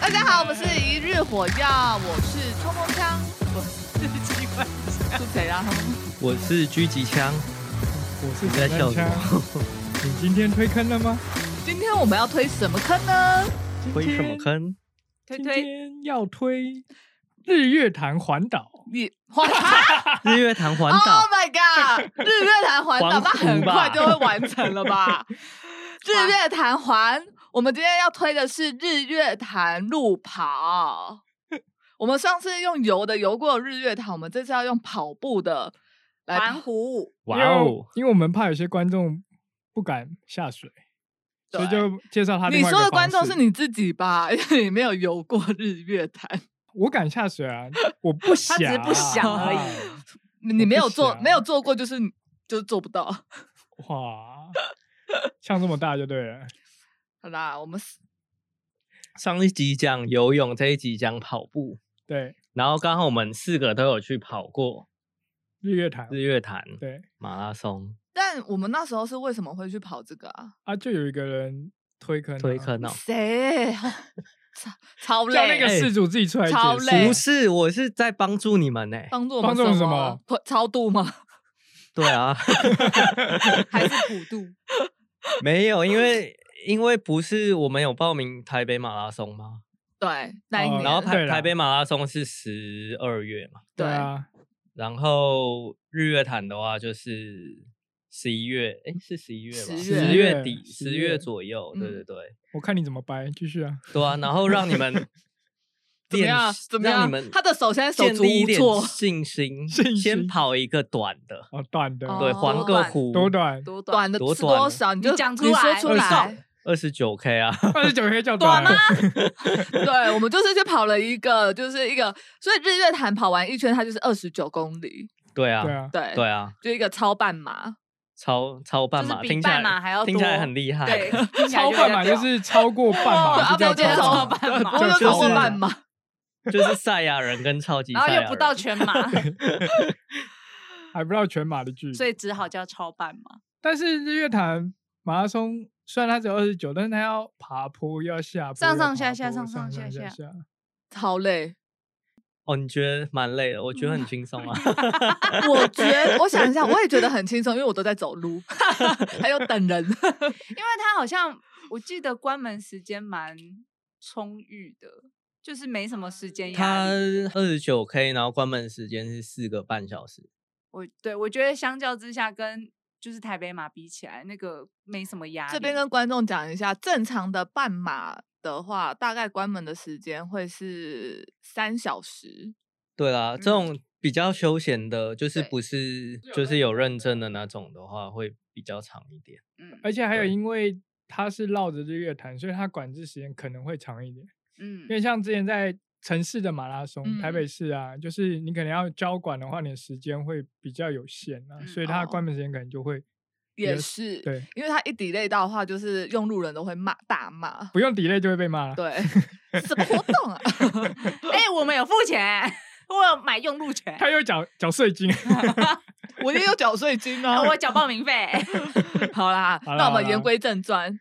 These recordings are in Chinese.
大家好，我们是一日火药，我是冲锋枪，我是机关枪，是谁啊？我是狙击枪，我是你在笑子什弹枪。么？ 你今天推坑了吗？今天我们要推什么坑呢？推什么坑？推今推天要推日月潭环岛。你环岛日月潭环，Oh 哦岛， my god！日月潭环岛，环那湖很快吧就会完成了吧？日月潭环，我们今天要推的是日月潭路跑。我们上次用游的游过日月潭，我们这次要用跑步的来跑环湖，哇哦！因为，因为我们怕有些观众不敢下水，所以对就介绍他另你外一个说的方观众式是你自己吧？ 因为你没有游过日月潭，我敢下 水啊，我不想，只是不想而已。你没有做，我不行啊没有做过，就是就是做不到。哇，像这么大就对了。好啦，我们是上一集讲游泳，这一集讲跑步，对，然后刚好我们四个都有去跑过日月潭，日月潭对马拉松但我们那时候是为什么会去跑这个啊？啊，就有一个人推坑、啊，推，坑哦。谁？ 超超叫那累个，事主自己出来解超释累不是，我是在帮助你们呢。帮助我帮们助我们什什么？会超度吗？对啊， 还是普渡？没有，因为因为不是我们有报名台北马拉松吗？对，那一哦年，然后啊对台啦台北马拉松是十二月嘛，对对，啊，然后日月潭的话就是十一月，哎，是十一月吧？ 10月10月底， 10 10月月左右，对对嗯对，我看你怎么掰，继续啊。对啊，然后让你们怎么练样？习怎么让样你们？他的手现在手建足立一无点措，信心，信先心跑一个短的，哦，短的，哦对，环多个短湖，多短？多短？短的多是短多啊少？你你就讲出你说来出二十来。二十九 K 啊， 二十九 K 叫短吗？ 对，我们就是去跑了一个，就是一个，所以日月潭跑完一圈，它就是二十九公里，对对啊，啊，对，对啊，就一个超半 马，超超半就是马，比听起来半马还要听起来多很厉害，对，听起来超就半比较马就屌是超过半对，马，啊，不没有是今天叫超超超马。半半马，马我 就就超过是半马。 就是赛亚人跟超级赛然亚后人，又不到全马，还不到全马的距离。所以只好叫超半马。但是日月潭马拉松虽然它只有二十九，但是它要爬坡，又要下坡，上又要上爬下下坡上上上下下下下。超累，哦，你觉得蛮累的，我觉得很轻松啊，我觉得我想一下，我也觉得很轻松，因为我都在走路， 还有等人。因为它好像我记得关门时间蛮充裕的，就是没什么时间压他力。二十九 K，然后关门时间是四个半小时，我对我觉得相较之下跟。就是台北马比起来，那个没什么压力。这边跟观众讲一下，正常的半马的话，大概关门的时间会是三小时，对啦，这种比较休闲的，就是对不是就是有认证的那种的话，会比较长一点。嗯而且还有，对因为它是绕着日月潭，所以它管制时间可能会长一点。因为嗯，像之前在城市的马拉松，台北嗯市啊，就是你可能要交管的话，你的时间会比较有限啊，嗯所以它哦关门时间可能就会也 Yes，是，对，因为他一抵累到的话，就是用路人都会骂大骂。 不用 delay 就会被骂了。对，什么活动啊？哎、我们有付钱， 我有买用路权，他又缴缴税金， 我也有缴税金 啊！我缴报名费。好啦，好那啦我好们言啦归正传。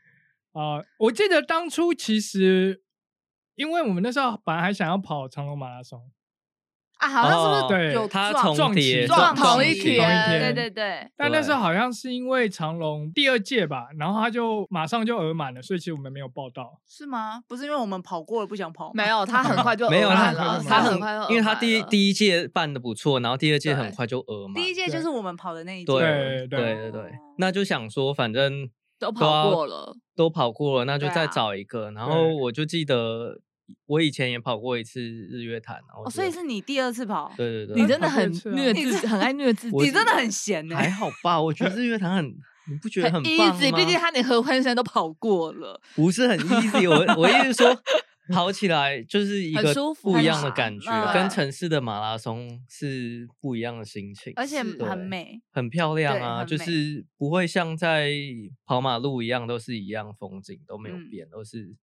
啊、我记得当初其实，因为我们那时候本来还想要跑长隆马拉松，啊，好像是哦不是对有它撞撞重起叠撞同一起天对天对对，但那时候对好像是因为长隆第二届吧，然后他就马上就额满了，所以其实我们没有报到。是吗？不是因为我们跑过了不想跑吗？没有，他很快就 没有额他满了，很快就他满很了快就因为额他满第一了第一届办的不错，然后第二届很对快就额满。 第一届对就是我们跑的那一届。对对对对对，那就想说反正都都跑要过了，都跑过了，那就对再啊找一个。然对后我就记得我以前也跑过一次日月潭，然后哦，觉所以得是你第二次跑，对对对，你真真的的跑过一很次啊虐你自己，真很爱虐自己，我你真的很闲呢、还好吧？我觉得日月潭很，你不觉得很棒啊 easy，吗？毕竟他连合欢山都跑过了，不是很 easy。我我意思是 说，跑起来就是一很个舒服不很一样的爽感觉，嗯跟城市的马拉松是不一样的心情，而且是很美。很漂亮对啊，很就美是不会像在跑马路一样，都是一样风景都没有嗯变，都是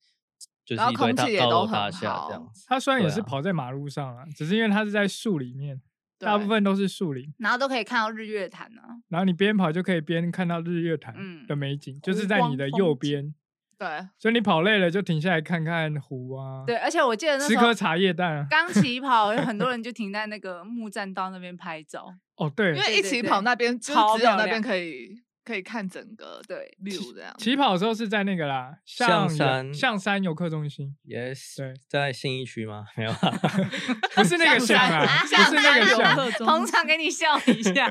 就是然后一堆空大气也高都楼大很厦好这样子。他虽然也对是啊跑在马路上啊，只是因为他是在树里面，大部对分都是树林，然后都可以看到日月潭呢、啊，然后你边跑就可以边看到日月潭嗯的美景，就是湖在你光的风右景边，对，所以你跑累了就停下来看看湖啊，对，，而且我记得那吃时颗候茶叶蛋啊。刚起跑，有 很多人就停在那个木栈道那边拍照。哦，对因，为对一对起对跑那边就是超只有漂那亮边可以可以看整个 对， view 这样。起跑的时候是在那个啦，象象山象山游客中心， ，yes，对在信义区吗？ 没有啊， 不是那个象啊，不象是那山个游象，客中捧场给你笑一 下。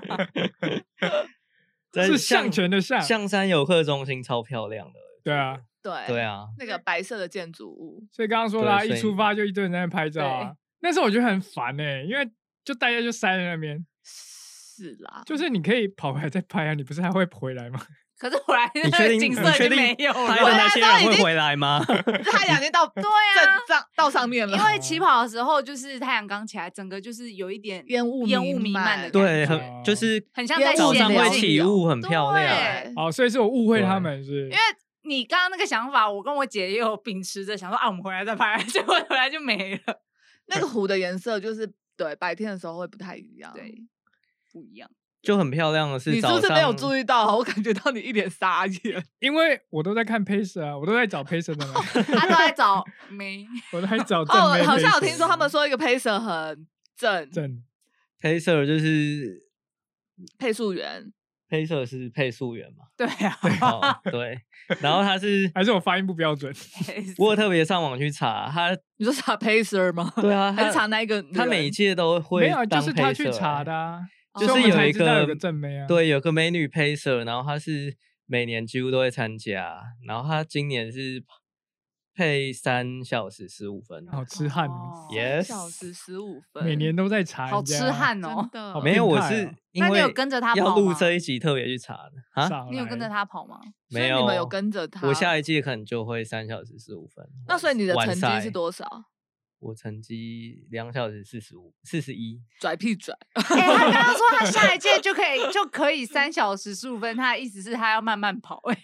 在是象泉的象，象山游客中心超漂亮的。对啊，对对，啊，那个白色的建筑物，所以刚刚说啦，对一所以出发就一堆人在那拍照啊。那时候我觉得很烦哎、因为就大家就塞在那边，是啦，就是你可以跑回来再拍啊，你不是还会回来吗？可是回来那你确个定 景色你已确经定没有拍我的回了。来那些都已人会经回来吗？太阳已经到对啊正上到上面了因。为起跑的时候，就是太阳刚起来，整个就是有一点烟雾烟雾弥漫的弥漫对，感觉很就是很像烟在雾早现上缭会绕起雾，很漂亮。对哦，所以是我误会对他们是，因为你刚刚那个想法，我跟我姐也有秉持着想说啊，我们回来再拍， 结果回来就没了，那个湖的颜色就是对白天的时候会不太一样。对，不一样。就很漂亮的是你是不早是没有上，注意到啊？我感觉到你一脸傻 眼。因为我都在看 Pacer 啊，我都在找 Pacer 的嘛，她都在 找没，我都在找正哦妹 pacer。，好像有听说他们说一个 pacer 很正，正 Pacer 就是配速员 Pacer 是配速员嘛？对啊，哦， 对，然后他是还是我发音不标准，我有特别上网去查，他你说查 pacer 吗？ 对啊，还是查他那一个女人？他每一届都没会有啊，就当是他 Pacer，去查的啊，就所以是我们有才一知道个有个正妹啊，，对，有个美女 Pacer，然后她是每年几乎都会参加，然后她今年是配三小时十五分，啊好痴汉哦， Yes 小时十五分，每年都在查人家，啊好痴汉哦真。的好没有，我变态是哦因那你为有跟着她要跑录吗？这一集特别去查的啊，少你有跟来着她跑吗？所以没有，你们有跟着他。我下一届可能就会三小时十五分。那晚所以你的晚成绩赛是多少？我成绩两小时四十五、四十一，拽屁拽，哎、他刚刚说他下一届就可以就可以三小时十五分，他的意思是他要慢慢跑、 哎，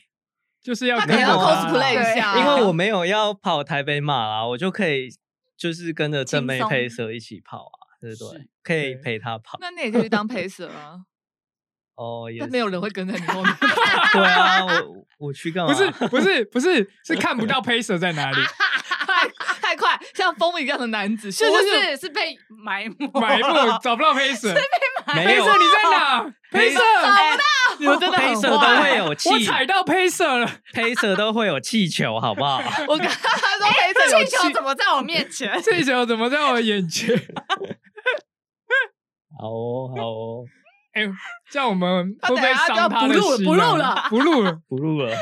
就是要他可跟能着要我她啊 cosplay 一下，因为我没有要跑台北马啦，我就可以就是跟着正轻妹松配色一起跑啊，对不对是？可以对陪她跑那你也可以去当陪审 啊，哦，也但没有人会跟在你后面。 是对啊，我我去干嘛？不是不是不是是看不到 Pacer 在 哪里，太太快，像风一样的男子，是不是是是被埋没？买不 找不到 Pacer，Pacer 没有你在哪？Pacer，哎你们真的配很色坏。都会有气我，踩到 Pacer 了，配色都会有气球，好不好？ 我刚刚说哎陪审有哎气气球怎么在我面前？ 这球怎么在我眼前？好哦，好哦，哎，这样我们他会不会等下就要伤他的不录了心不录啊了不录了，不录了。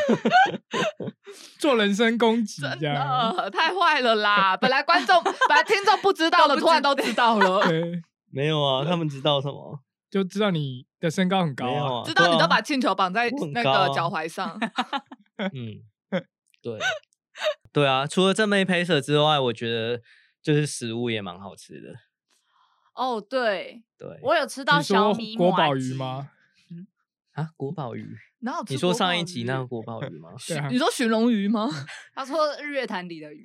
做人身攻击真这样。的太坏了啦！本来观众、本来听众不知道的，突然都知道了， 对，没有啊，他们知道什么？就知道你的身高很高没有啊。啊，知道对你啊都把气球绑在我很那高个啊脚踝上，嗯，对，对啊，除了正妹配色之外，我觉得就是食物也蛮好吃的。哦，对，对，我有吃到你小说米国麻宝吉鱼吗？？啊，国宝鱼，然后你说上一集那个国宝鱼吗？对啊你说寻龙鱼 吗？他说日月潭里的鱼，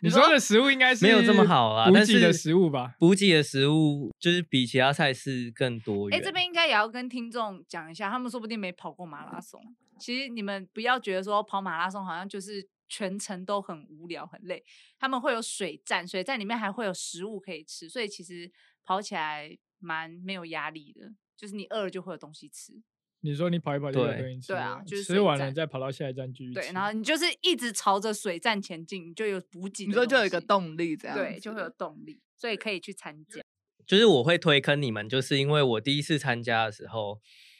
你说的食物应该是没有这么好啦，补但给是的食物吧？补给的食物就是比其他菜式更多哎、元。这边应该也要跟听众讲一下，他们说不定没跑过马拉松。其实你们不要觉得说跑马拉松好像就是全程都很无聊很累，他们会有水站，水站里面还会有食物可以吃，所以其实跑起来蛮没有压力的，就是你饿了就会有东西吃，你说你跑一跑就有对东西吃对啊了就是吃水完站了再跑到下一站继续对，吃然后你就是一直朝着水站前进，你就有补给，你说就有一个，动力这样子，对，就会有动力，所以可以去参加。就是我会推坑你们，就是因为我第一次参加的时候，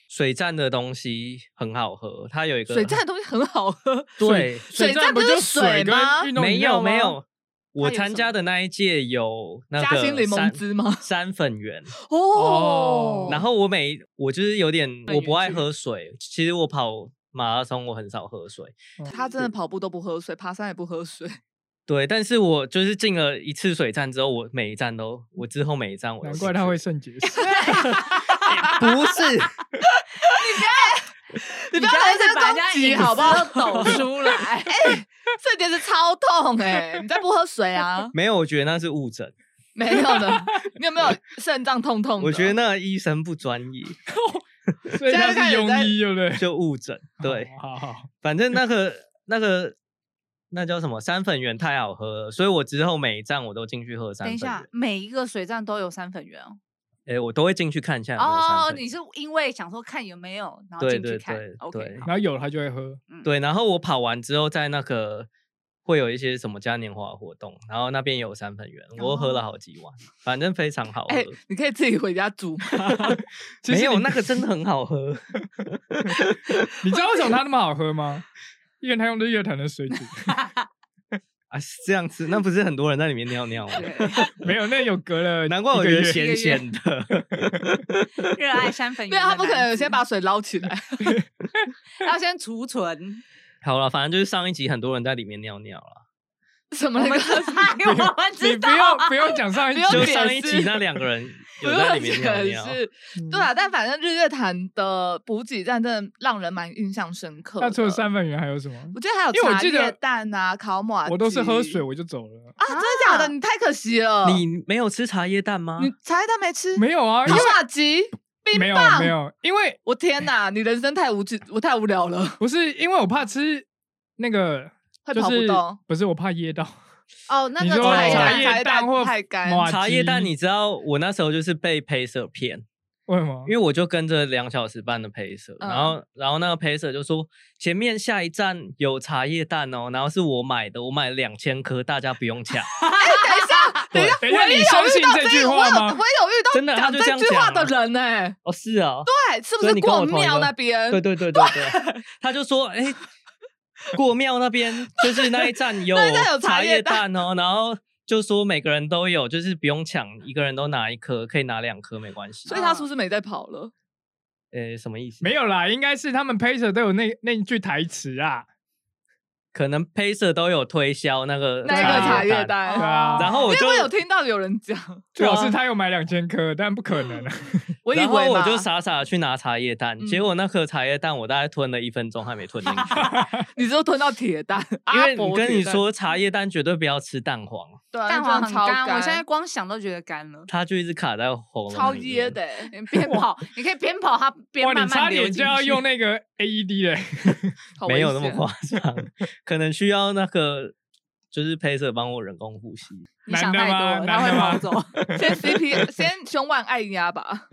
水站的东西很好喝，它有一个水站的东西很好喝，对水站站不不是就水水吗跟运动饮没有料没吗，有，我它有参什加么的那一届有那个嘉兴柠檬山汁吗山粉圆，哦哦，然后我每我就是有点很我不原爱始喝水，其实我跑马拉松我很少喝水，哦 他真的跑步都不喝水，爬山也不喝水，对，但是我就是进了一次水站之后，我每一站都我之后每一站我都难进怪他去会肾结石。 不是你你不要一人直身把人家攻击隐好不好？私都抖出 来，肾结石超痛哎、 你再不喝水啊？没有，我觉得那是误诊，没有的，你有没有肾脏痛啊痛的？我觉得那个医生不专 业，所以现在他看是人庸在医，对不对？ 哦哦就误诊，对。好好好，反正那个那个那叫什么山粉圆太好喝了，所以我之后每一站我都进去喝山等粉一圆下，。每一个水站都有三粉圆哦。哎、我都会进去看一下有没有山哦，粉你圆。是因为想说看有没有，然后对进去对看对。 OK，对好然后有了他就会喝。对，然后我跑完之后，在那个会有一些什么嘉年华活动，然后那边也有山粉圆，我又喝了哦好几碗，反正非常好喝。哎、你可以自己回家煮吗。其没实有你那个真的很好喝，你知道为什么它那么好喝吗？因为它用日月潭的水煮， 啊，是这样吃，那不是很多人在里面尿尿吗？没有那有隔了，难怪我觉得咸 月咸的。热爱 山粉没圆的有，男子，他不可能先 把水捞起来。要先储 存。好了，反正就是上一集很多人在里面尿尿了，什么我那们个知道，我们你知不道用啊，不用讲上一集不用，就解上一集释那两个 人不有在里用面解尿尿。释，嗯对啊，但反正日月潭的补给站真的让人蛮印象深刻的。那除了三粉圆还有什么？我记得还有因为我茶记得叶蛋啊、烤马，我都是喝水我就走了，啊，真的假的？你太可惜了，你没有吃茶叶蛋吗？你茶叶蛋没吃，没有啊，因烤为马鸡冰没有棒没。有，因为我天哪，你人生太无趣，我太无聊了，不是因为我怕吃那个，会就跑不是动。不是我怕噎到，哦，那你个说叶茶蛋，叶茶叶蛋或蛋太干，哇茶叶蛋，鸡你知道我那时候就是被配色骗，为什么因？为我就跟着两小时半的配色，然嗯后然后那个配色就说前面下一站有茶叶蛋哦，然后是我买的，我买两千颗，大家不用 抢。等一下，等一下，等一下我也你有相遇信到这句一话吗我有我有遇到真的他讲就这样句话讲的啊人呢，哦，是哦，对，是不所以是你跟我过同一庙个那边？对对对对对，他就说，哎、过庙那边就是那一站 有那一站有茶茶叶叶蛋哦，然后就说每个人都有，就是不用抢，一个人都拿一颗，可以拿两颗没关系所。以他是不是没在跑了？呃、什么意思？没有啦，应该是他们 Pacer 都有那那一句台词啊，可能配色都有推销那个那个茶茶叶叶。蛋对，哦啊然后因我为就我有听到有人 讲，最好对是啊他有买两千颗，但不可能啊。我以然后为我嘛就傻傻的去拿茶叶蛋，结嗯果那颗茶叶蛋我大概吞了一分钟还没 吞进去，你就吞到铁蛋，因阿为伯我跟铁你蛋，说茶叶蛋绝对不要吃蛋黄，对啊，蛋那黄真很的超我现在光想都觉得干了。它就一直卡在喉咙超里噎面的欸，你 边跑，你可以边跑，它边哇，慢你差慢流点进去。就要用那个 AED 嘞， 好没危有那么险夸张， 可能需要那个就是陪着帮我人工呼吸。你想男的太多吗了，它男的会跑吗走。 先 CP 先胸腕按压吧，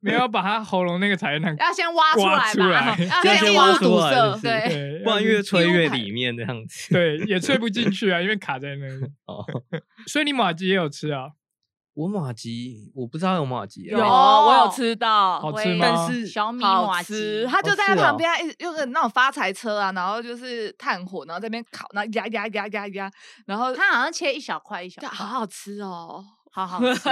没有把他喉咙那个茶叶蛋， 要先挖出挖来出吧，来要要啊先先挖挖出出来是不是对对，不然要越是吹越盘里面这样子。对也吹不进去啊，因为卡在那里。哦，所以你马吉也有吃啊？我马吉我不知道有马吉、有哦啊，我有吃到，好我吃也吗有但是小米好瓦吃，吉，他就哦在是他旁哦边，他一直用个那种发财车啊，然后就是炭火，然后在那边烤，然后压压压压压，然后它好像切一小块一小块，好好吃哦，好好 吃。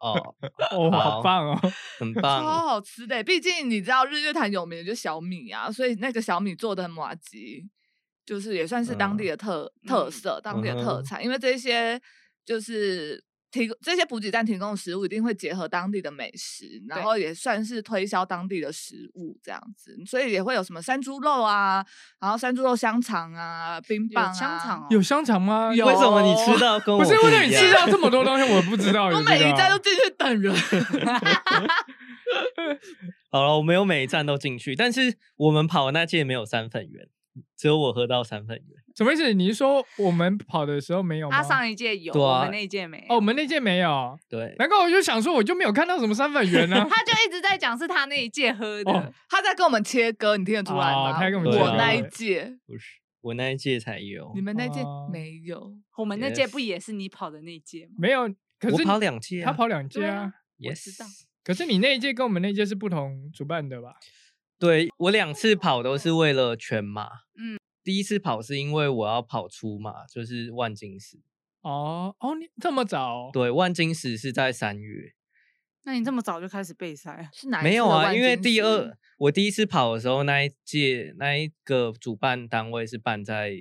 哦，哦，好好棒哦！很超棒。好吃的欸。毕竟你知道日月潭有名的就是小米啊，所以那个小米做的麻吉，就是也算是当地的特、特嗯色，当地的特嗯哼产。因为这些就是提供这些补给站提供的食物，一定会结合当地的美食，然对后也算是推销当地的食物这样子。所以也会有什么山猪肉啊，然后山猪肉香肠啊，冰有棒、啊、香肠哦，有香肠吗？有啊为什么你吃到跟我不是为不了一你吃样？到这么多东西，我不知道。 我你知每一道站都进去等人，好了，我没有每一站都进去，但是我们跑的那届没有三粉圆，只有我喝到三粉圆。什么意思？你是说我们跑的时候没有吗？他上一届有，对我啊们那一届没。。哦，我，们那届没有，对，难怪我就想说，我就没有看到什么三啊粉圆呢 他就一直在讲是他那一届喝哦的，他在跟我们切割，你听得出来哦吗？他在跟我们切我割那一届。不是我那一届才有你，们那届哦没有，我们那届 Yes 不也是你跑的那届吗？没有，可我是跑两届、啊，他跑两届对啊啊。 y 我 e 知道可是你那一届跟我们那一届是不同主办的吧？对我两次跑都是为了全马，嗯嗯，第一次跑是因为我要跑出马，就是万金石。哦哦，你这么早？对，万金石是在三月，那你这么早就开始备赛？是哪一没次有的啊，万因为金第石二我第一次跑的时候，那一届那一个主办单位是办在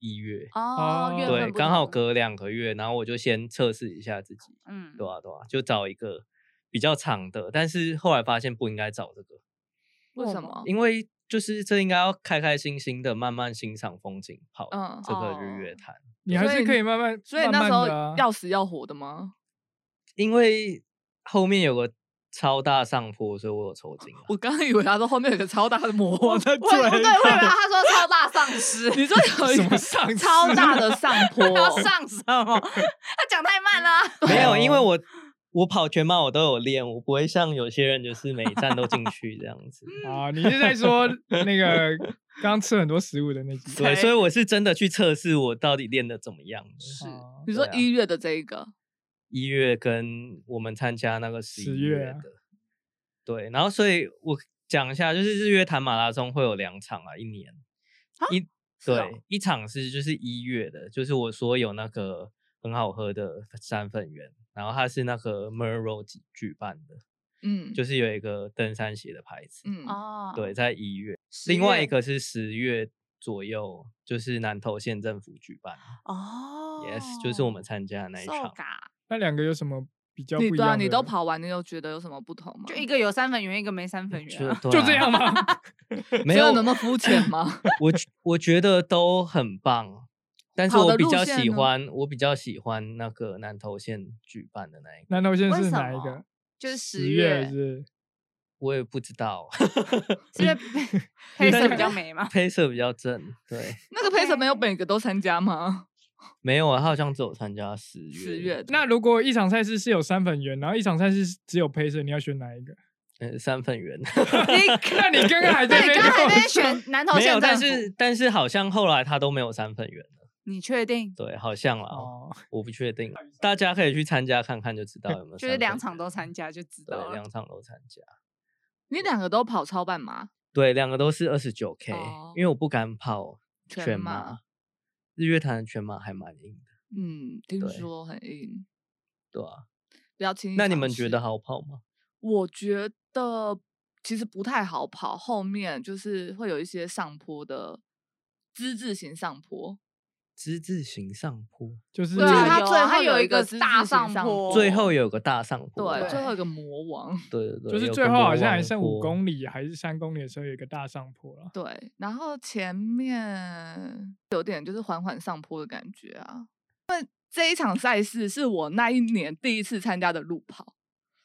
一月，哦哦，月份对，不刚好同，隔两个月，然后我就先测试一下自己，嗯，对啊对啊，就找一个比较长的，但是后来发现不应该找这个，为什哦么？因为就是这应该要开开心心的慢慢欣赏风景，跑嗯这个日哦月潭。你还所是以可以慢慢，所以那时慢慢候地啊要死要活的吗？因为后面有个超大上坡，所以我有抽筋啊。我刚刚以为他说后面有个超大的魔我王，的我也不嘴对，我以为他说超大丧尸，你说有什一么个上司超大 的上坡，他要上什么？他讲太慢了。没有，哦因为我我跑全马我都有练，我不会像有些人就是每一站都进去这样子。嗯啊！你是在说那个刚吃很多食物的那集？对，所以我是真的去测试我到底练的怎么样的。 是哦你说对啊一月的这一个，一月跟我们参加那个10十月月啊的，对，然后所以我讲一下，就是日月潭马拉松会有两场啊，一年啊一是对、哦一场是就是一月的，就是我说有那个很好喝的山粉圆，然后它是那个 Merro 举举办的，嗯，就是有一个登山鞋的牌子，嗯，哦，对，在一月，十月，另外一个是十月左右，就是南投县政府举办、哦 y e s 就是我们参加的那一受场。嘎那两个有什么比较不你一对啊，样？你都，跑完，你有觉得有什么不同吗？就一个有三分圆，一个没三分圆就啊。就就这样吗？ 没只有那么肤浅吗？我觉我觉得都很棒，但是跑的我比路较线喜呢欢，我比较喜欢那个南投县举办的那一个，南投县为是什哪一么个？就是十十月月，是我也不知道， 十月黑色比较美嘛。配色比较正，对，那个 pacer 没有 OK 每个都参加吗？没有啊，他好像只有参加十月，十月的那如果一场赛事是有三粉圆，然后一场赛事是只有配色，你要选哪一个？呃三粉圆， 那你刚刚还那在你那刚才在边选南投没县有，但政府，是但是好像后来他都没有三粉圆了，你确定？对，好像啦，哦，我不确定，大家可以去参加看看就知道有没有，就是两场都参，加就知道对，了。两场都参加。你两个都跑超半马，对，两个都是二十九 K，哦因为我不敢跑全全马马。日月潭的全马还蛮硬的，嗯，听对说很硬，对啊。不要轻易。那你们觉得？好跑吗？我觉得其实不太好跑，后面就是会有一些上坡的之字形上坡，之字形上坡， 就是对啊它有啊最它后有有一一个个之大字形上上坡，坡最后有个大上坡吧，对，最对后一个魔王，对对对，就是有最个后魔好像还王剩坡五公里还是三公里的时候，有一个大上坡了。对，然后前面有点就是缓缓上坡的感觉啊。那这一场赛事是我那一年第一次参加的路跑，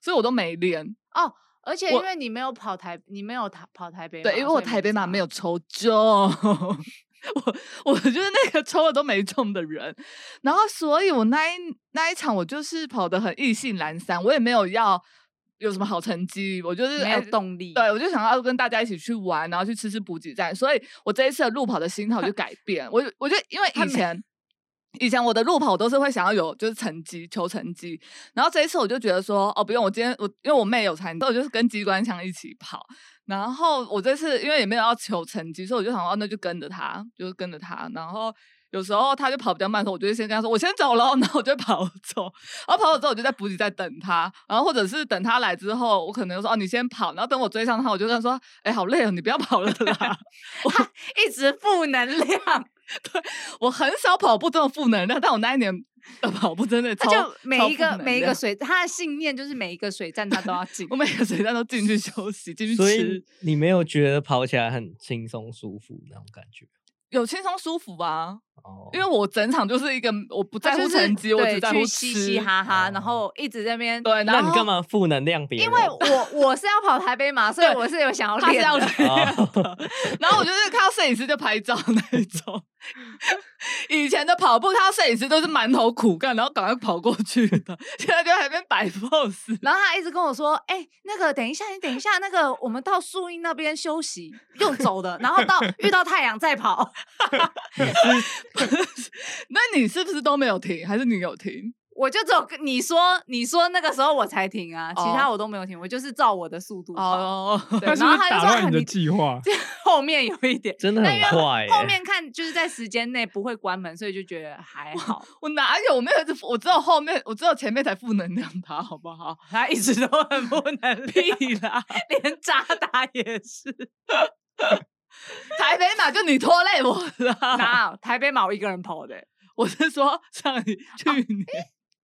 所以我都没练。哦。而且我因为你没有跑台，你没有台跑台北马，对，因为我所以台北马差没有抽中， 我我就是那个抽了都没中的人。然后，所以我那一那一场我就是跑得很意兴阑珊，我也没有要有什么好成绩，我就是没有哎动力。对，我就想要跟大家一起去玩，然后去吃吃补给站，所以我这一次的路跑的心态我就改变，我就我就因为他以没前。以前我的路跑我都是会想要有就是成绩求成绩，然后这一次我就觉得说哦不用，我今天我因为我妹有参加，我就是跟机关枪一起跑，然后我这次因为也没有要求成绩，所以我就想哦那就跟着他，就是跟着他，然后有时候他就跑比较慢的时候，我就会先跟他说我先走喽，然后我就跑走，然后跑走之后，我就在补给站等他，然后或者是等他来之后，我可能就说哦，你先跑，然后等我追上他，我就跟他说，哎，好累哦，你不要跑了啦。一直负能量，我很少跑步这种负能量，但我那一年的跑步真的他超，就每超一负个能每一个量，水，他的信念就是每一个水站他都要进 我。每个水站都进去休息，进去所吃以，你没有觉得跑起来很轻松舒服那种感觉有轻松舒服啊。哦？因为我整场就是一个我不在啊他就乎是成绩，我对只在去乎嘻吃。嘻哈哈，然哦后一直在那边。对，啊然那后你干嘛负能量别人？因为 我我是要跑台北马，所以对我是有想要他是练要的。练哦 然后我就是看到摄影师就拍照那一种。 以前的跑步，看到摄影师都是埋头苦干，然后赶快跑过去的。现在就在那边摆 pose，然后他一直跟我说：“哎、那个等一下，你等一下，那个我们到树荫那边休息，用走的，然后 到遇到太阳再跑。那你是不是都没有停？还是你有停？”我就只有跟你说，你说那个时候我才停啊，其哦他我都没有停，我就是照我的速度跑。哦，对那是不然后是他就打说啊乱你的你计划？后面有一点，真的但很因为快后欸面看就是在时间内不会关门，所以就觉得还 好。我哪有？我没有一直，我只有后面，我只有前面才负能量他，好不好？ 他一直都很不能力啦，连渣打也是。台北马就你拖累我了。哪有台北马我一个人跑的欸、我是说上一去年，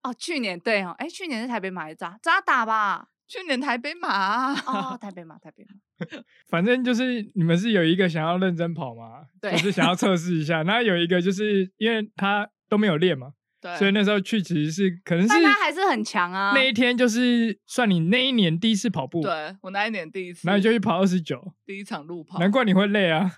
哦，去年对哦，哎，去年是台北马还是渣渣打吧？去年台北马，啊 哦，台北马，台北马。反正就是你们是有一个想要认真跑嘛，对就是想要测试一下。那有一个就是因为他都没有练嘛，对，所以那时候去其实是可能是但他还是很强啊那一天就是算你那一年第一次跑步，，对我那一年第一次，然后你就去跑二十九，第一场路跑，难怪你会累啊。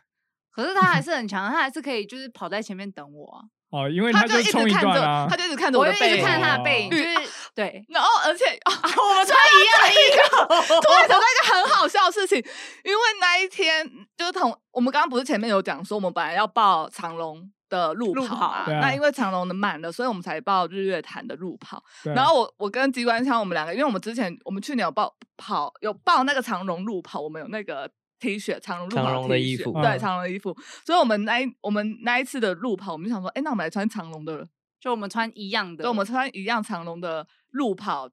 可是他还是很强，啊他还是可以就是跑在前面等我啊，哦，因为他就一直冲看段着，啊他，就一直看着我的就一背直影。看他的背影，啊哦就是 对。然后，而且、啊、我们穿一样的衣服，突然想到一个很好笑的事情，因为那一天就是同我们刚刚不是前面有讲说，我们本来要报长隆的路路跑跑嘛，对啊那因为长隆的慢了，所以我们才报日月潭的路跑。嗯对然后我我跟机关枪我们两个，因为我们之前我们去年有报跑有报那个长隆路跑，我们有那个 T 恤长隆路跑长隆的 T 衣恤服对嗯长隆的衣服，所以我们那一我们那一次的路跑，我们就想说，哎，那我们来穿长隆的就我们穿一样的，对，我们穿一样长龙的路跑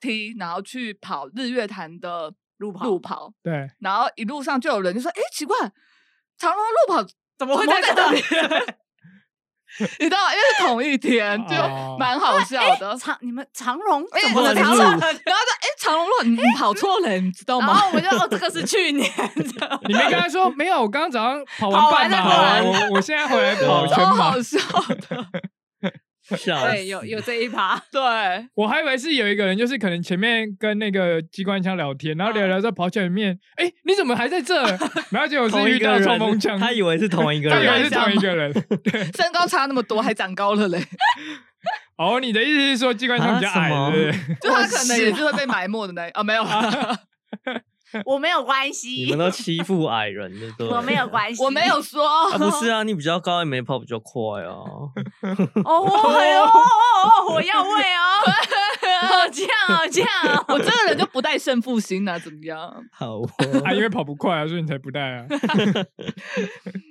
T，然后去跑日月潭的路跑路跑，对，然后一路上就有人就说：“哎，奇怪，长龙路跑怎么我会在这里？里？” 你知道吗？因为是同一 天，就哦蛮好笑的。长你们长荣哎怎我的么会在长这龙，里然后说：“哎，长龙路，你你跑错了，你知道然后吗我就哦，这个是去 年的，你没跟他说没有？我刚刚早上跑跑完半完再跑马，完我我现在回来跑？”对全超马好，笑的， 笑死对，有有这一趴， 对。我还以为是有一个人，就是可能前面跟那个机关枪聊天，然后聊聊到跑前面，哎、你怎么还在这？ 然后结果同是遇一个到冲锋人，枪，他以为是同一个他以人为，是同一个人。身高差那么多，还长高了 嘞！哦，你的意思是说机关枪比较啊矮，什么对不对？就他可能也是会被埋没的那啊，没 有， 我没有关你系们，都欺负矮人，对不对？我没有关系，我没有说哦啊，，不是啊，你比较高，你没跑比较快啊。哦，我哎呦哦哦哦，火药味 哦，好呛好呛哦，我这个人就不带胜负心啊，怎么样？ 好哦，啊，因为跑不快啊，所以你才不带啊，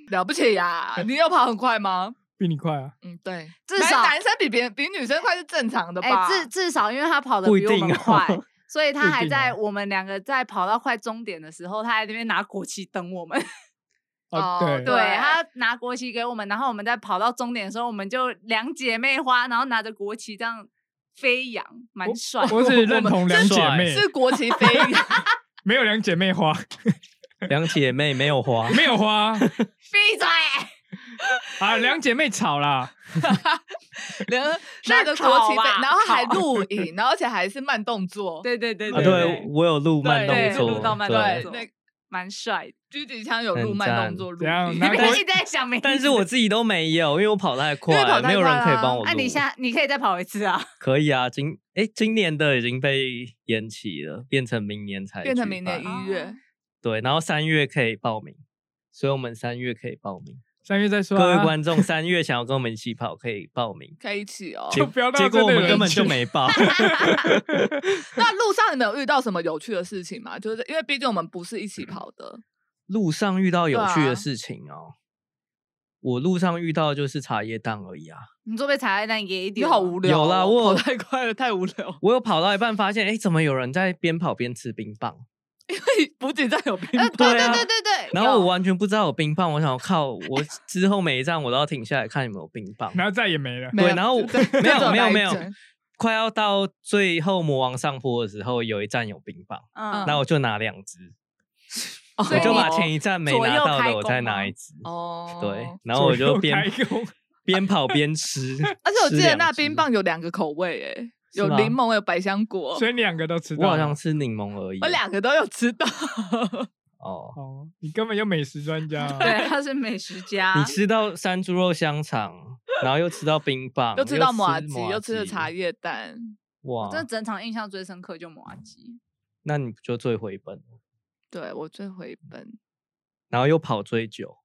了不起呀、你有跑很快吗？比你快啊。嗯，对，至男少男生比别人比女生快是正常的哎、吧？至至少因为他跑的不一比我定们哦快，所以不他一还定在哦我们两个在跑到快终点的时候，他还在那边拿国旗等 我们。哦，哦对，啊对他拿国旗给我们，然后我们在跑到终点的时候，我们就两姐妹花，然后拿着国旗这样飞扬，蛮帅。我只认同两姐妹， 是国旗飞，没有两姐妹花，两姐妹没有 花，没有花 闭嘴！啊，两姐妹吵啦。然后那那个烤国旗飞吧，然后还录影，然后而且还是慢动作。对对对啊，对对，我有录慢对动作，录到慢动对对作，那蛮帅的。狙击枪有录很慢动赞作录怎样影，拿你国们一直在想名字，啊但是 我自己都没有，因为我跑因太为跑太快，快啊没有人可以帮我录。那、啊你下你可以再跑一次啊！可以啊，今哎今年的已经被延期了，变成明年才变成举明年办一月哦。对，然后三月可以报名，所以我们三月可以报名。三月再说、啊，各位观众，三月想要跟我们一起跑可以报名，可以一起哦。结 不要让结果这我类们人根本去就没报。 那路上你们有遇到什么有趣的事情吗？就是因为毕竟我们不是一起跑的， 路上遇到有趣对啊的事情哦，我路上遇到就是茶叶蛋而已啊。你坐被踩在那也一你点好无聊哦。有啦我跑有太快了，太无聊。我有跑到一半发现，哎，怎么有人在边跑边吃冰棒？补给站有冰呃，棒对对对啊对对对。然后有我完全不知道有冰棒，我想靠，我之后每一站我都要停下来看有没有冰棒。然后再也没了。没有对，然后这这没有种没有来没有整，快要到最后魔王上坡的时候，有一站有冰棒，嗯，那我就拿两只，所我以就把你前一站没左拿右到开的我弓再吗拿一只。哦，对，然后我左就右边开弓边跑边吃，而且我吃记得两那只冰，棒有两个口味、欸，有是吗柠檬，有百香果，所以两个都吃到我了。好像吃柠檬而已。我两个都有吃到。 哦，哦，你根本就美食专家、啊。对，他是美食家。你吃到山猪肉香肠，然后又吃到冰棒，又吃到马麻吉，又吃了茶，叶蛋，哇！真的整场印象最深刻就麻吉，那你不就最回本了？对我最回本。然后又跑追酒，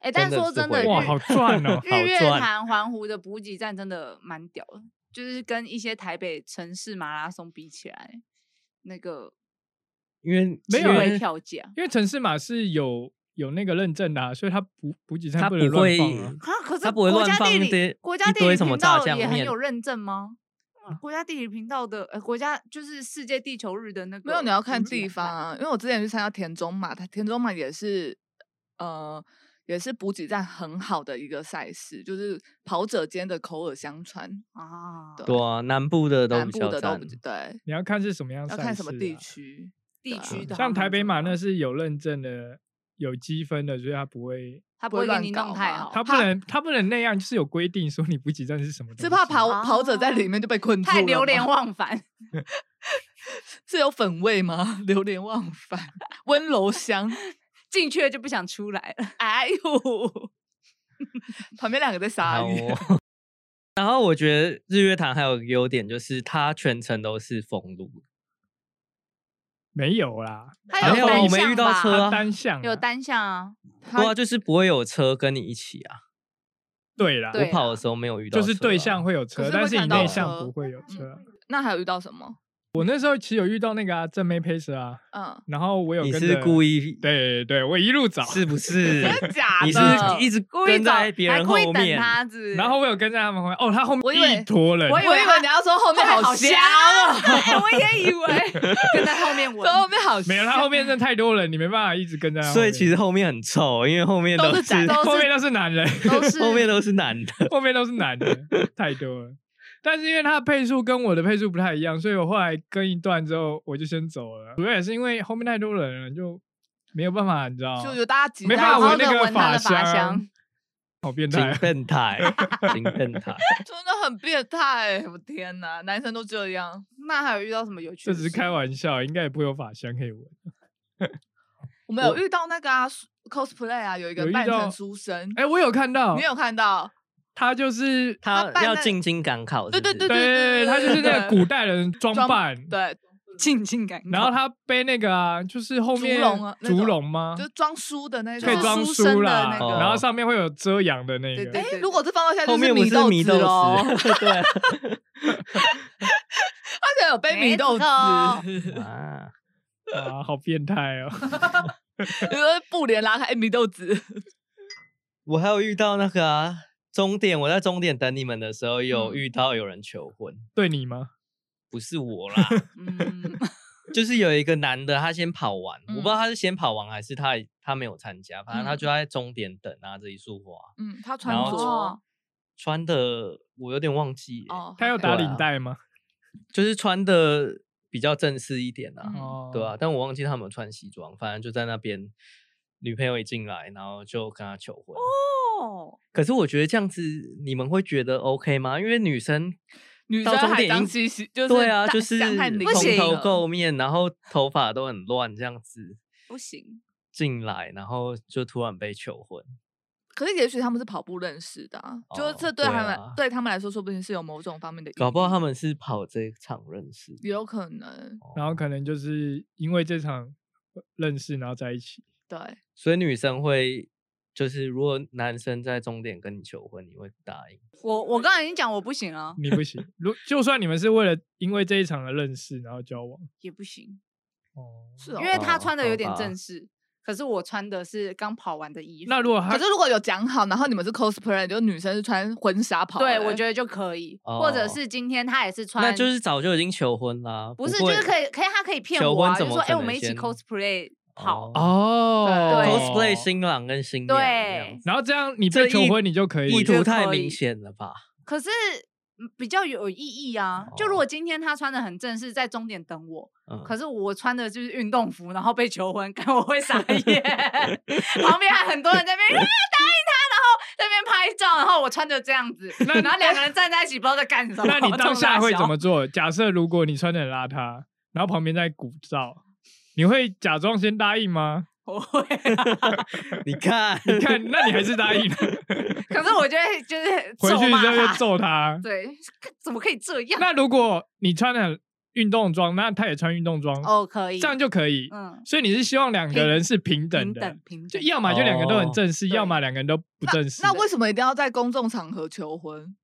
哎、但真的说是真的，回！日哇，好赚哦 日月赚潭环湖的补给站真的蛮屌的，就是跟一些台北城市马拉松比起来，那个因为没机有 会人票价因为城市码是有有那个认证的、啊，所以它补补给站他不不能乱会放、啊。啊，可是它不会国乱家放地一理堆国家一地堆理什么频炸道酱也很面啊有认证吗？国家地理频道的呃，国家就是世界地球日的那个，没有，你要嗯看地方。啊，因为我之前去参加田中马，它田中马也是，呃，也是补给站很好的一个赛事，就是跑者间的口耳相传，啊，对对啊，南部的都南比部较的都赞不，对，你要看是什么样、赛要看什么事啊地区。地啊区的好像像台很北重马要那是有认证的有积分的，所以他不会，他不会不会给乱你搞弄太吗好，他不怕能，他不能那样，就是有规定说你补给站是什么东西。是怕跑跑者在里面就被困住了太吗，流连忘返。 是有粉味吗？ 流连忘返，温柔乡。进去了就不想出来 了。哎呦，旁边两个在撒好鱼，哦 然后我觉得日月潭还有一个优点就是它全程都是封路，没有啦，他没有啊单我没向遇到吧车啊他单向有啊单向啊，对啊，就是不会有车跟你一起啊。对啦，对我跑的时候没有遇到就车啊，是对象会有可车是，会但是你看到内向车不会有车啊。那还有遇到什么？我那时候其实有遇到那个啊，正妹配车啊，嗯，然后我有你跟是着故意对对，我一路找，是不是？假你是的一直故意跟找在别还人后故意等面，他子，然后我有跟在他们后面，哦，他后我以为面一坨人，我以为你要说后面好香哦啊啊，！ 哎，我也以为跟在后面说闻，后面好香，没有，他后面真的太多人，你没办法一直跟在他后面。所以其实后面很臭，因为后面都是是宅都后啊面都是男人，都 是后面都是男的。后面都是男的，太多了。但是因为他的配速跟我的配速不太一样，所以我后来跟一段之后我就先走了。主要也是因为后面太多人了，就没有办法，你知道就有大家挤啊没在办一法起好好闻的那个闻他的发发香香，好变金态啊。变态，金变态，真的很变态、我天哪，男生都这样。那还有遇到什么有趣这的只事？是开玩笑，应该也不会有法香可以闻。我们有遇到那个啊，cosplay 啊，有一个有遇扮到成书生，哎、我有看到，你有看到？他就是他办要那进京赶考是不是，对对对对对他就是那个对古代人装装扮，对，静静感。然后他背那个啊，就是后竹面笼啊那竹种笼吗？就是装书的那可种。以就是装书生书的啦，那个然后上面会有遮阳的那对个。对哎对，如果这放到现在就后面是不米是豆米子豆喽，丝， 对他可能有背米豆子，没啊，啊，好变态 哦！比如说布帘拉开，哎米豆子，我还有遇到那个啊，终点，我在终点等你们的时候，有嗯遇到有人求婚，对你吗？不是我啦， 嗯，就是有一个男的，他先跑完，我不知道嗯他是先跑完还是他他没有参加，反正他嗯就在终点等拿着一束花，嗯，他穿然后着哦穿的我有点忘记耶，哦， 他有 OK 打对领啊带吗？就是穿的比较正式一点啊，嗯哦，对啊，，但我忘记他有没有穿西装，反正就在那边，女朋友一进来，然后就跟他求婚。哦，可是我觉得这样子，你们会觉得 OK 吗？因为女生女到生终还点脏应兮兮就是对啊，大就是香汗淋不蓬行头了垢面，然后头发都很乱，这样子不行，进来，然后就突然被求婚。可是也许他们是跑步认识的、啊，就是哦这对对他们、啊对他们来说，说不定是有某种方面的意义，搞不好他们是跑这一场认识的，也有可能哦然后可能就是因为这场认识，然后在一起。对。所以女生会就是，如果男生在终点跟你求婚，你会答应？我我刚才已经讲我不行了，你不行，如就算你们是为了因为这一场的认识，然后交往，也不行，哦，是哦因为他哦穿的好有点吧正式，可是我穿的是刚跑完的衣服。那如果可他是如果有讲好，然后你们是 cosplay，就是女生是穿婚纱跑嘞，对，我觉得就可以，或者是今天他也是穿，哦那就是早就已经求婚啦，不是会就是可以，可以他可以骗求我啊，婚就怎是么说哎，可我能们一起先哦 cosplay 跑，哦对 cosplay 新郎跟新娘这样子， 然后这样你这被求意婚，你就可以意就图太可以明显了吧？可是嗯比较有意义啊。就如果今天他穿的很正式，在终点等我，哦嗯，可是我穿的就是运动服，然后被求婚，看我会傻眼。 旁边还很多人在那边啊答应他，然后在那边拍照，然后我穿着这样子，那然后两个人站在一起，不知道在干什么。 那你当下会怎么冲他笑？做？假设如果你穿的很邋遢，然后旁边在鼓噪，你会假装先答应吗？我会啊、你看，你 看，那你还是答应，可是我觉得就是回去咒骂之后就他揍他。 对，怎么可以这样？那如果你穿的很运动装，那他也穿运动装，哦，可以，这样就可以。嗯，所以你是希望两个人是平等平的，等平就等，要么就两个都很正式，哦要么两个人都不正式。那为什么一定要在公众场合求 婚？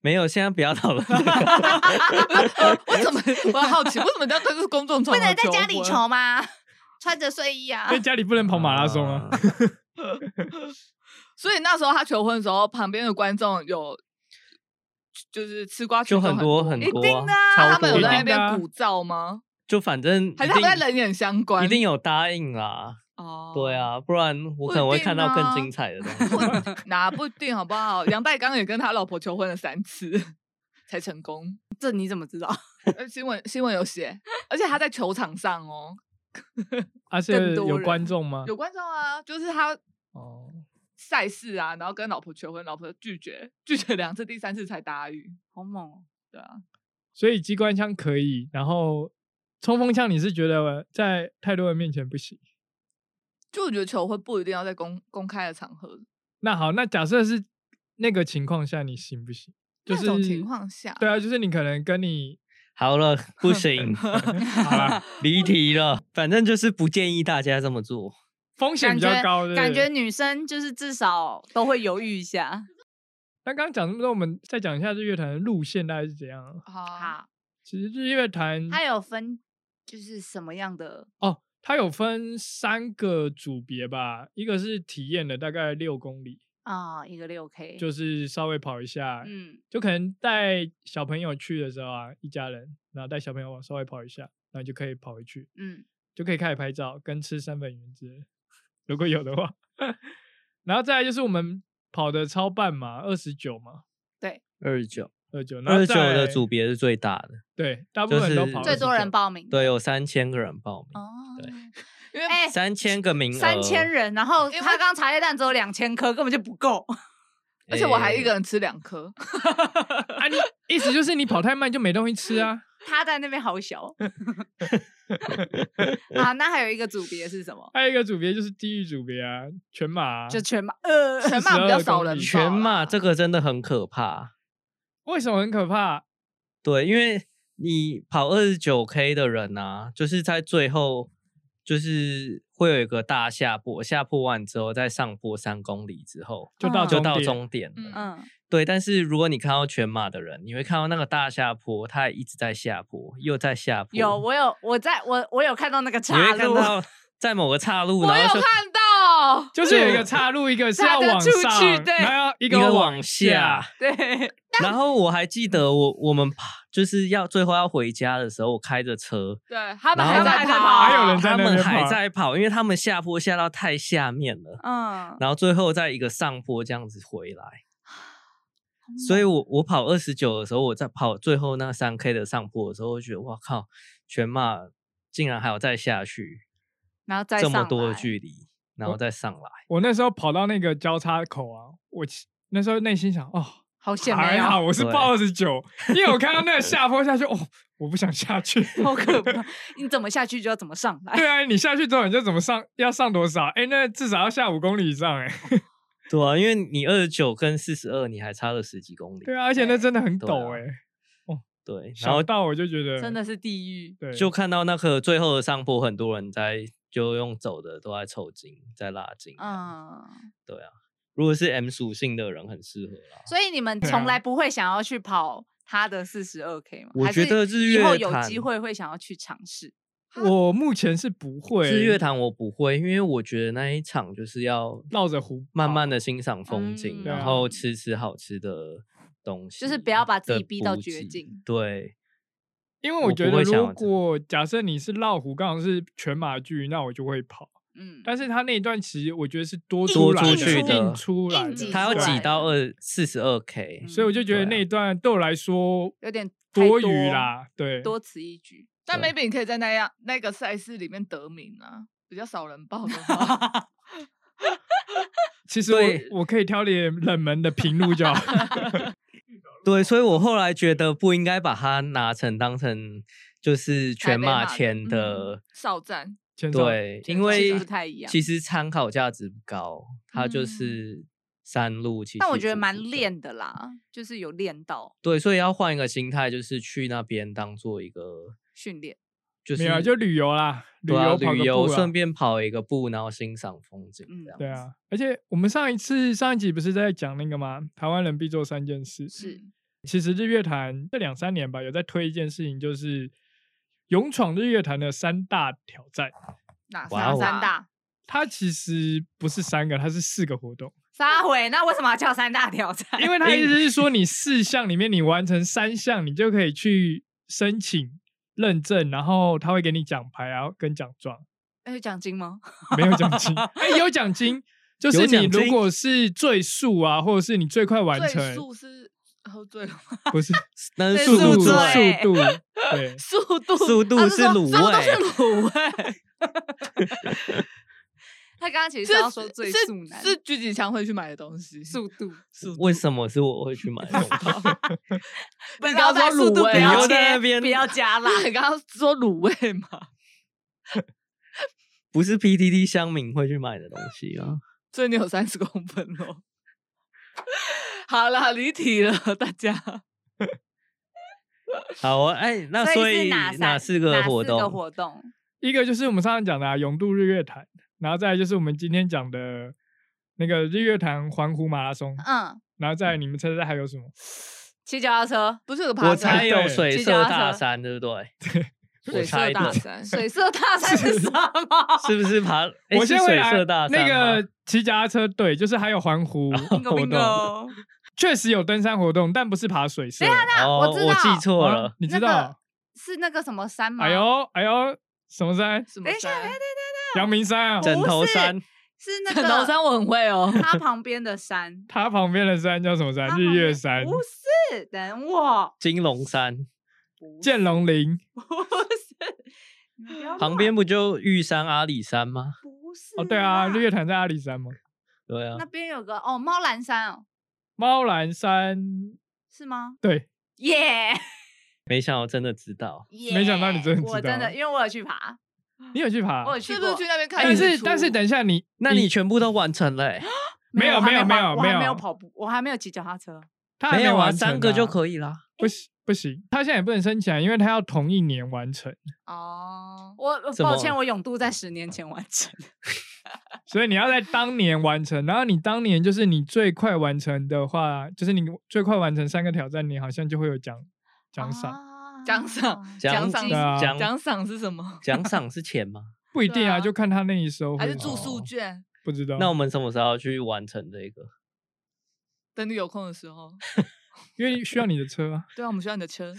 没有，现在不要讨论这个呃为什么？我很好奇，为什么一定要在公众场不 合？能在家里求。吗？ 穿着睡衣啊在， 家里不 能跑马拉松啊？，所以那时候他求婚的时候，旁边的观众有就是吃瓜群就众很多多很一多定的啊，那啊超他们有多在那的啊，一定的啊边鼓噪吗？就反正还是一他们在定冷眼相关？一定有答应啦，哦，对，啊，不然我可能会看到啊更精彩的东 西。 哪不一定好不好？杨代刚也跟他老婆求婚了三次才成功， 这你怎么知道？呃新闻新闻有写，而且他在球场上哦，而且啊更多啊有人观众吗？有观众啊，就是他哦，赛事啊，然后跟老婆求婚，老婆拒绝，拒绝两次，第三次才答应。好猛、哦！对啊，所以机关枪可以，然后冲锋枪你是觉得在太多人面前不行。就我觉得求婚不一定要在公公开的场合，那好，那假设是那个情况下，你行不行？就那是种情况下，对啊，就是你可能跟你好 了，不行，好啦 离题了。反正就是不建议大家这么做。风险感比觉较高，对不感对觉女生就是至少都会犹豫一下。那刚刚讲这么多，我们再讲一下日月潭的路线大概是怎样啊。好啊，好，其实日月潭它有分就是什么样的？哦，它有分三个组别吧，一个是体验的，大概六公里，啊、一个六 K，就是稍微跑一下，嗯，就可能带小朋友去的时候啊，一家人，然后带小朋友稍微跑一下，然后就可以跑回去，嗯，就可以开始拍照跟吃三本圆之类的，如果有的话。 然后再来就是我们跑的超半马二十九嘛，二十九，二九，然二后十九再的来组别是最大的，对，大部就分人都是跑29，最多人报嗯名对，有三千个人报名，哦，对因为哎、三千个名额，三千人，哦然后因为他刚茶叶蛋只有两千颗，根本就不够。而且我还一个哎人吃两颗，啊，你意思就是你跑太慢就没东西吃啊？他在那边好 小啊！那还有一个组别是什么？还有一个组别就是地狱组别啊，全马啊、就全马呃，全马比较42少啊公人里报全马啦这个真的很可怕。为什么很可怕？对，因为你跑二十九 K 的人啊，就是在最后就是会有一个大下坡，下坡完之后再上坡三公里之后就到嗯啊就终到点终点了。嗯嗯，对，但是如果你看到全马的人，你会看到那个大下坡，他也一直在下坡，又在下坡，有我有我在我我有看到那个你岔会看路，到在某个岔路，我然有后就看到，就是有一 个岔路，一个是大要家往出去上，对然后一一个个往往下。对，然后我还记得我我们爬就是要最后要回家的时候，我开着车，对他们然还后在啊还在跑，跑还有人在他那们边还爬在跑，因为他们下坡下到太下面了，嗯，然后最后再一个上坡这样子回来。所以我我跑二十九的时候，我在跑最后那三 K 的上坡的时候，我觉得哇靠，全马竟然还有再下去然后再这上么多的来距离，然后再上来。我那时候跑到那个交叉口啊，我其那时候内心想，哦，好险没还好有，我是对报二十九，因为我看到那个下坡下去，哦，我不想下 去。好 可怕！你怎么下去就要怎么上来，对啊，你下去之后你就怎么上，要上多少？哎、那至少要下五公里以上哎、 对啊，因为你二十九跟四十二，你还差了十几公里。对啊，而且那真的很对啊陡哎、对，然小后到我就觉得 真的是啊地狱。对，就看到那个最后的上坡，很多人在就用走的都在抽筋，在拉筋。嗯，嗯，对啊，如果是 M 属性的人很适合啦。所以你们对啊从来不会想要去跑他的四十二 K 吗？我还是觉得日以后月有机潭会会想要去尝试。我目前是不会日月潭我不会，因为我觉得那一场就是要绕着湖慢慢跑的欣赏风景，嗯对啊然后吃吃好吃的东西，是不要把自的己逼到补绝给境对，因为我我不觉得，会想如要这果假设你是绕湖，刚好是全马距，那我就会跑。嗯，但是他那一段其实我觉得是多硬出来多的，出去的硬出来硬挤的，它要出挤来到的二四十二 K，嗯所以我就觉得对啊那一段对我来说有点太多余啦。对，多此一举。但对 maybe 你可以在那样那个赛事里面得名啊，比较少人报的话， 其实对我我可以挑点冷门的平路就 好。对，所以我后来觉得不应该把它拿成当成就是台全北马马的前嗯的，少战。嗯前哨，对，前因哨为是不太一样其实参考价值不高，它就嗯是山路其实，但我觉得蛮练的啦，就是有练到对，所以要换一个心态，就是去那边当做一个训练。就是没有啊就旅游啦，旅对啊游跑旅个游步顺啊。便跑一个步，然后欣赏风景嗯这样。对，啊，而且我们上一次上一集不是在讲那个吗？台湾人必做三件事。是，其实日月潭这两三年吧，有在推一件事情，就是勇闯日月潭的三大挑战。哪哇三哦三三大？大它其实不是三个，它是四个活动，撒回，那为什么要叫三大挑战？因为它意思是说，你四项里面你完成三项，你就可以去申请认证，然后他会给你奖牌啊跟奖状，那有奖金哎吗？没有奖金，哎、有奖金，就有是奖你如金果是最速啊，或者是你最快完最成，速是哦喝醉了吗，不是那是对速速度度度啊欸速度，对，速度 速度他是说卤速啊度味是卤味，他刚刚其实是是要说最速男是是狙击枪会去买的东西。速度，欸为什么是我会去买的东西？不你是刚刚在说速卤度不味你要又在切那边不要加 辣，你刚刚说卤味嘛，不是 PTT 乡民会去买的东西啊。所以你有三十公分哦。好啦，离题了，大家。好啊，哎，那所以以是哪哪三四哪个四活动？活动一个就是我们上次讲的、啊、永渡日月潭，然后再来就是我们今天讲的那个日月潭环湖马拉松，嗯，然后再来你们猜猜还有什么？骑脚踏车、 不是有个爬我山啊猜有对水骑色脚踏大车山，对不对？我水猜色大的， 山，水色大赛是什么？是不是爬？哎 我是先回水答色大山那吗个骑脚踏车，对，就是还有环湖 bingo 活动， bingo，确实有登山活动，但不是爬水社。哦，我知我道记错啊了，你啊那知个嗯道？是那个什么山吗？哎呦哎呦，什么山？ 什么等一下，山等一？下阳明山啊，不，枕头是山。是那个枕头 山我很会哦。它旁边的山它旁边的山叫什么它山？旁日月边山、不是，等我，金龙山剑龙林。不是，你们不要旁乱边不就玉山、阿里山吗？不是哦，对啊，啦日月潭在阿里山吗？对啊那，边有个哦，猫兰山哦，猫兰山，是吗？对，耶 没想到真的知道。耶！没想到你真的知我真道的，因为我有去爬，你有去爬？啊我有去是不是过去。那边看但日出？是但是等一下你，哎那你全部都完成了欸？没有我还没有没没有我还没没有有跑步，我还没有骑脚踏车。他还没有啊，完成三个就可以啦。不行不行，他现在也不能申请啊，因为他要同一年完成，哦，我 我怎抱么歉，我永度在十年前完成。所以你要在当年完成。然后你当年就是你最快完成的话，就是你最快完成三个挑战，你好像就会有奖 奖赏，啊奖赏奖赏对啊奖奖赏是什么？奖赏是钱吗？不一定对啊，啊就看他那一收还会是有住哦宿券？不知道。那我们什么时候要去完成这个？等你有空的时候。因为需要你的车啊，对啊，我们需要你的车，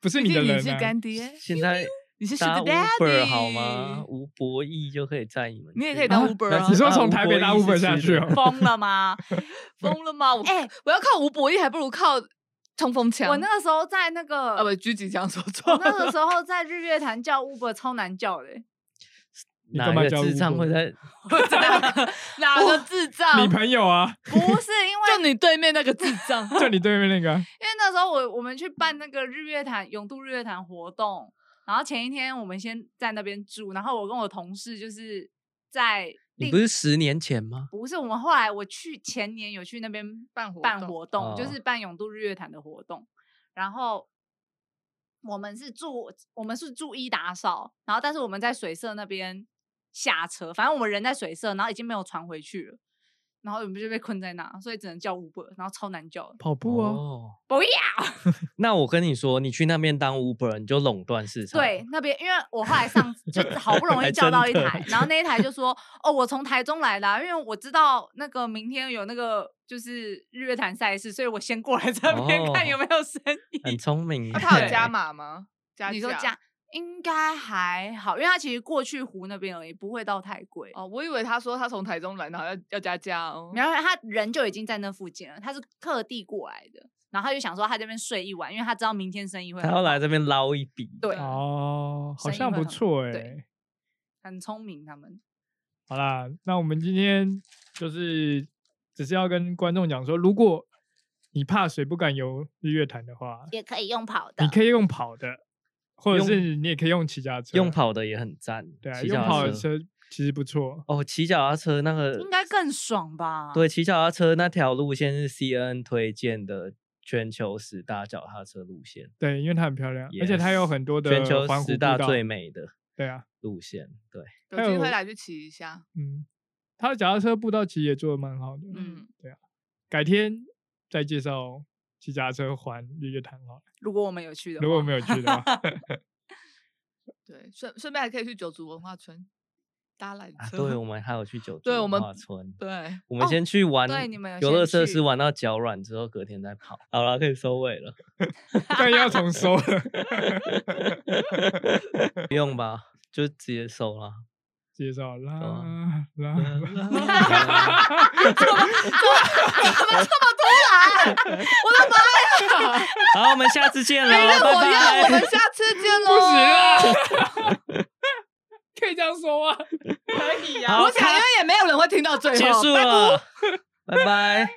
不是毕你的竟人你是啊。干爹，现在你是 Sugar 搭 Uber Daddy 好吗？吴博弈就可以载你们去，你也可以当啊 Uber 那啊是你说啊从吴台伯北搭弈 Uber 是下去去的哦疯了 吗？疯了吗？我哎我要靠吴博弈，还不如靠冲锋枪。我那个时候在那个，啊不，我狙击枪说错那个了。时候在日月潭叫 Uber 超难叫的欸，你干哪嘛个叫智障 Uber？会在？ 哪个智障你？朋友啊，不是因为就你对面那个智障。就你对面那个啊，因为那时候我我们去办那个日月潭永渡日月潭活动，然后前一天我们先在那边住，然后我跟我同事就是在你另不是十年前吗？不是我们后来我去前年有去那边办活办动活动，就哦是办永渡日月潭的活动，然后。我们是住我们是住一打扫，然后但是我们在水社那边下车，反正我们人在水社，然后已经没有船回去了，然后我们就被困在那，所以只能叫 Uber，然后超难叫的，跑步啊，哦，不要。 那我跟你说，你去那边当 Uber，你就垄断市场。对，，那边因为我后来上就好不容易还叫到一真的台，然后那一台就说：“哦，我从台中来的啊、因为我知道那个明天有那个就是日月潭赛事，所以我先过来这边看有哦没有生意。很聪明。欸那 啊他有对加？码 吗？加你说价这样应该还好，因为他其实过去湖那边而已，不会到太贵。哦，我以为他说他从台中来，然后要要加价哦。然后他人就已经在那附近了，他是特地过来的，然后他就想说他这边睡一晚，因为他知道明天生意会他很要来好这边捞一笔。对，哦，好生意像会不很错哎、对很聪明他们。好啦，那我们今天就是只是要跟观众讲说，如果你怕水不敢游日月潭的话，也可以用跑你可以用跑的，或者用是你也可以用骑脚踏车。用跑的也很赞，对啊，骑用脚踏跑的车其实不错。哦，骑脚踏车那个应该更爽吧？对，骑脚踏车那条路线是 C N 推荐的全球十大脚踏车路线，对，因为它很漂亮而且它有 Yes 很多的全球环湖十步大道。最美的对啊，路线。 对，有还机有会来去骑一下。嗯，它的脚踏车步道其实也做的蛮好的。嗯，改天再介绍骑脚踏车环日月潭好了，如果我们有去的话，如果我没有去的话。 对，顺顺便还可以去九族文化村搭缆啊，车。对我们还有去九对族我们文化村，对我们哦先去玩对你们有游乐先设施去玩到脚软之后，隔天再跑。好了，可以收尾了，但要重收了， 不用吧，就直接收了。介绍啦啊啦，啦啦怎么这么 好，我们下次见喽，没让拜我要，我们拜。下次 见不行喽。啊，可以这样说吗？可以好我想，因为也没有人会听到最后。结束了，拜拜。